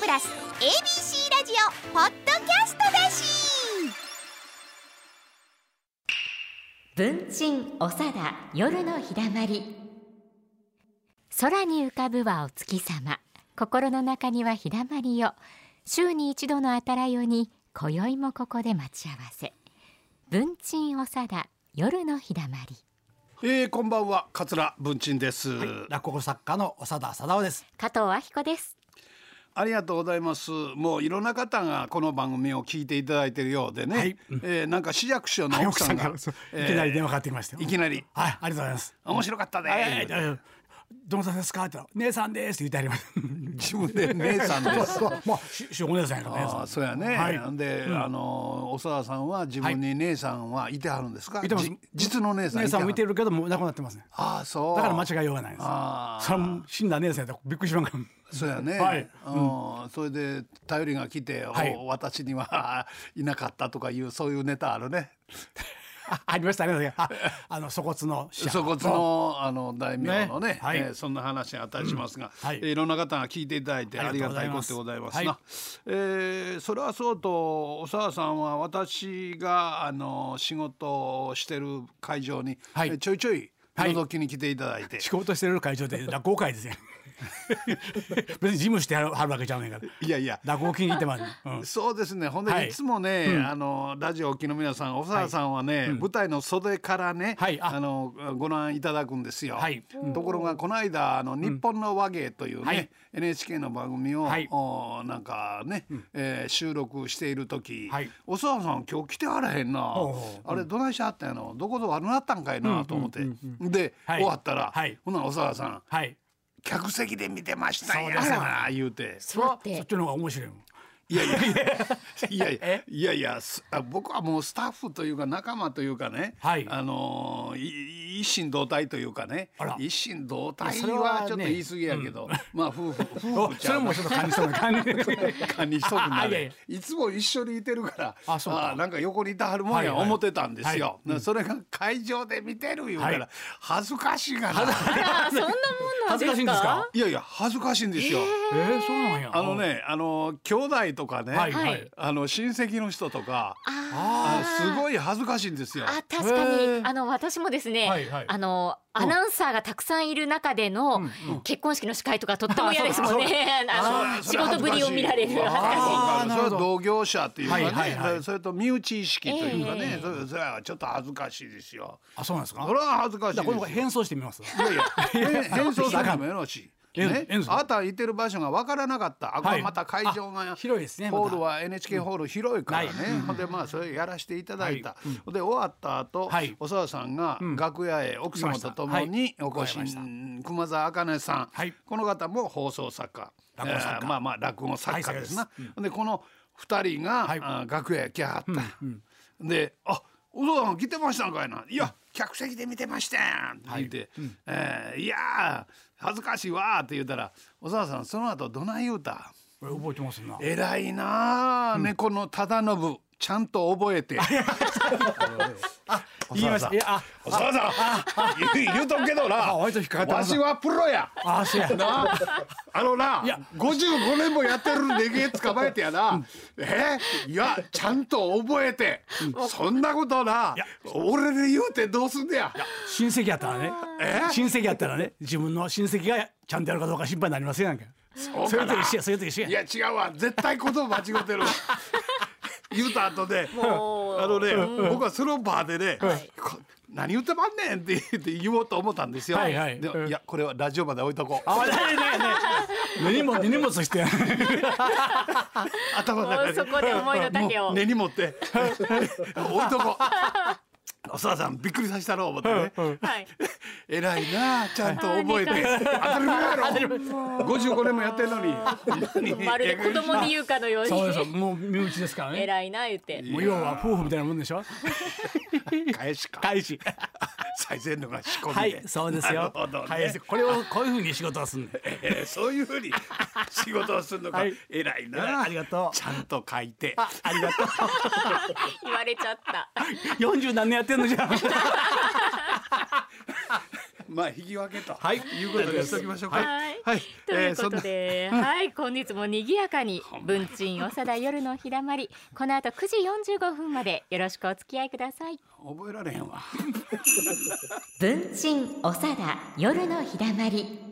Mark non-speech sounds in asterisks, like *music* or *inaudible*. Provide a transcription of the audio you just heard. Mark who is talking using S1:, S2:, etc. S1: プラス ABC ラジオポッドキャストだし
S2: 文鎮おさだ夜のひだまり空に浮かぶはお月様心の中にはひだまりよ週に一度のあたらよに今宵もここで待ち合わせ文鎮おさだ夜のひだまり
S3: えー、こんばんは桂文鎮です、
S4: 落語作家の長田貞夫です。
S2: 加藤明子です
S3: ありがとうございますもういろんな方がこの番組を聞いていただいてるようでね、
S4: はい
S3: えーなんか市役所の
S4: はい
S3: 奥さんが
S4: 奥そう
S3: えー
S4: いきなり電話かかってきましたよ。
S3: いきなり
S4: はい、ありがとうございます。
S3: 面白かったで、
S4: はい、はいどなたですかって言ったら姉さんですって言ってあります。
S3: 自分で姉さんです
S4: *laughs* そうまあ、し、しょう姉さんやから、姉さ
S3: あー
S4: ん。
S3: そうやね、
S4: はい。
S3: で、あの長田さんは自分に姉さんはいてはるんですか、
S4: いてます
S3: じ実の姉さん
S4: 姉さんもいて
S3: る
S4: るけど、もう亡くなってますね。
S3: ああそう
S4: だから間違いようがないです。
S3: あー
S4: それも死んだ姉さんやったら、びっくりしまんから。
S3: そうやね、
S4: はい
S3: うんそれで頼りが来て、
S4: はい
S3: お私には *laughs* いなかったとかいうそういうネタあるね
S4: *laughs* あ、ありまし
S3: *laughs*
S4: たね。あ、あの、粗骨の死者。
S3: そこつのあの大名のね
S4: ねはい
S3: えーそんな話に値しますが、
S4: うんはい
S3: えーいろんな方が聞いていただいてあ
S4: あ
S3: り
S4: り
S3: が
S4: が
S3: た
S4: と
S3: いうこと
S4: ご
S3: で
S4: ざ
S3: ご
S4: い
S3: ざいま
S4: ます
S3: な、
S4: はい
S3: えーそれはそうとお沢さんは私があの仕事をしてる会場に、
S4: はい
S3: えーちょいちょい
S4: はい
S3: 覗きに来ていただいて、
S4: 仕事してる会場で、落語会ですよ。 *laughs* 別に事務してはるはるわけちゃうねんから。
S3: いやいや
S4: 落語気に入ってます。うん。
S3: そうですねほんで、
S4: はい
S3: い、つもね、あのラジオをお聞きの皆さん小沢さんはね、舞台の袖からね、
S4: はいあ
S3: あのご覧いただくんですよ。
S4: はい
S3: ところがこの間あの「日本の和芸」というね、
S4: はい
S3: NHK の番組を、
S4: はい
S3: おなんかね、えー収録している時、
S4: はい
S3: 小沢さん今日来てはらへんな、
S4: ほう
S3: あれどないしはったんやのどこぞ悪なったんかいなと思って、で、
S4: はい
S3: 終わったら、
S4: はい
S3: ほな小沢さん
S4: はい。
S3: 客席で見てましたんや
S4: そうですよ
S3: な言うて。
S2: 座って
S4: そっちの方が面白いもん。
S3: いやいやいやいやいやいやすあ僕はもうスタッフというか仲間というかね、
S4: はい
S3: あのーい一心同体というかね
S4: あら
S3: 一心同体
S4: いやそれは
S3: は
S4: ね
S3: ちょっと言い過ぎやけど、まあ夫婦夫
S4: お
S3: 婦ちゃ
S4: それ
S3: うな
S4: もちょっと感じそうな感 *laughs* じ。
S3: 感にしとくな
S4: あいやい
S3: れ
S4: や
S3: いつも一緒にいてるから
S4: あそうか
S3: なんか横にいたはるもん
S4: はい
S3: や
S4: はい
S3: 思ってたんですよ
S4: は、い
S3: なそれが会場で見てる言うから、
S4: はい
S3: 恥ずかしいがな
S2: そんなも
S4: 恥ずかしいんですか。
S3: いやいや恥ずかしいんですよ。
S4: えー、そうなんや。
S3: あの。ねあの兄弟とかね、
S4: はいはい。
S3: あの親戚の人とか。
S4: あ
S3: あすごい恥ずかしいんですよ。
S2: あ確か
S4: へ
S2: に
S4: え
S2: あの私もですね、
S4: はいはい
S2: あのアナウンサーがたくさんいる中での結婚式の司会とかとっても嫌ですもんねあの
S3: そ
S2: 仕
S3: れは
S2: 事ぶりを見られる
S3: わ
S2: 恥ずかしい
S3: かるわかるそれ
S4: あー
S3: は
S4: なるほど
S3: 同業者っていうかね、
S4: はいはいはい
S3: それと身内意識というかね
S2: え、え
S3: それそれはちょっと恥ずかしいですよ。
S4: ーあ、そうなんですか。
S3: それは恥ずかしい
S4: じゃ
S3: です
S4: あこ
S3: よ
S4: の子変装してみます。
S3: いやいや変変装先もよろしい。
S4: え
S3: ね
S4: えん、ぞ
S3: あなたがいてる場所が分からなかった。あ、こ
S4: は
S3: れ
S4: い
S3: また会場が
S4: あ広いですね
S3: ホール
S4: ま
S3: は NHK ホール広いからね
S4: はい。
S3: ほんでまあそれやらせていただいた。で終わった後
S4: はい、
S3: 小沢さんが楽屋へ奥様とともに
S4: 来
S3: お
S4: ま
S3: 越
S4: し
S3: した
S4: はい来られ
S3: 熊沢茜さん
S4: はい。
S3: この方も放送作家。
S4: 落語作家
S3: えーまあまあ落語作家ですな
S4: は。
S3: でこの二人が
S4: はい
S3: あ楽屋へ来はった。で、あ、お父さん来てましたんかいな。いや、客席で見てましたんって言って、えーいやー、恥ずかしいわーって言ったら、小沢さん、その後どない言うた
S4: これ覚えてますよな。
S3: 偉いなあ、猫の忠信、ちゃんと覚 *laughs* えて。
S4: 言いました。いや、あ、
S3: 小沢さん、 *laughs* 言う言うとくけどな、
S4: あ割と引っかかって
S3: わ
S4: ます
S3: し
S4: な
S3: はプロや。
S4: あ、そうや。
S3: なああのない
S4: や
S3: 55年もやってるレゲエ捕まえてやな、えいやちゃんと覚えて、そんなことない
S4: や
S3: 俺で言うてどうすんねや
S4: 親戚やったらね
S3: え。
S4: 親戚やったらね、自分の親戚がちゃんとやるかどうか心配になりますよなんか。
S3: うかな
S4: それと一緒や、それと一緒
S3: い
S4: や。
S3: や違うわ絶対こと間違ってる
S4: *laughs*
S3: わ言うた後で
S2: もう
S3: あのね、僕はその場でね、こ何言ってまんねんって言って言おうと思ったんですよ、
S4: はいはい
S3: で
S4: うん
S3: いやこれはラジオまで置いとこう
S4: あ、ないないない。根にも、根にもそして。
S3: 頭の
S2: も
S3: 中
S2: うそこで思いの丈
S3: も
S2: を
S3: う根に持って置いとこうお沢さんびっくりさせたろう思ってね
S2: はい
S3: 偉いなあちゃんと覚えて当たり前やろ55年もやってんのに
S2: *laughs* まるで子供で言うかのよう
S4: そうですよ。
S2: に
S4: もう身内ですからね。
S2: 偉いな言って
S4: もう要は夫婦みたいなもんでしょ。
S3: 返し *laughs* か
S4: 返し。
S3: 最善のが仕込みで、
S4: はい、そうですよ。
S3: なるほどね
S4: 返し。これをこういうふうに仕事をするんで。
S3: えーそういうふうに仕事をするのが
S4: はい
S3: 偉いな、
S4: 偉いありがとう
S3: ちゃんと書いて
S4: あ、あり
S3: *laughs*
S4: がとう。
S2: 言われちゃった
S4: 四十何年やってんのじゃん。
S5: まあ引き分けと、
S3: はい、
S5: いうこと
S3: じゃあ
S5: で
S3: しと
S5: す
S3: き。ましょうか。
S2: はい、と
S3: え
S2: い
S3: ー
S2: う
S3: そ
S2: こ
S3: んな
S2: とで、はい、今日も賑やかに文鎮おさだ夜のひだまり、この後9時45分までよろしくお付き合いください。
S3: 覚えられへんわ。
S2: 文鎮おさだ夜のひだまり。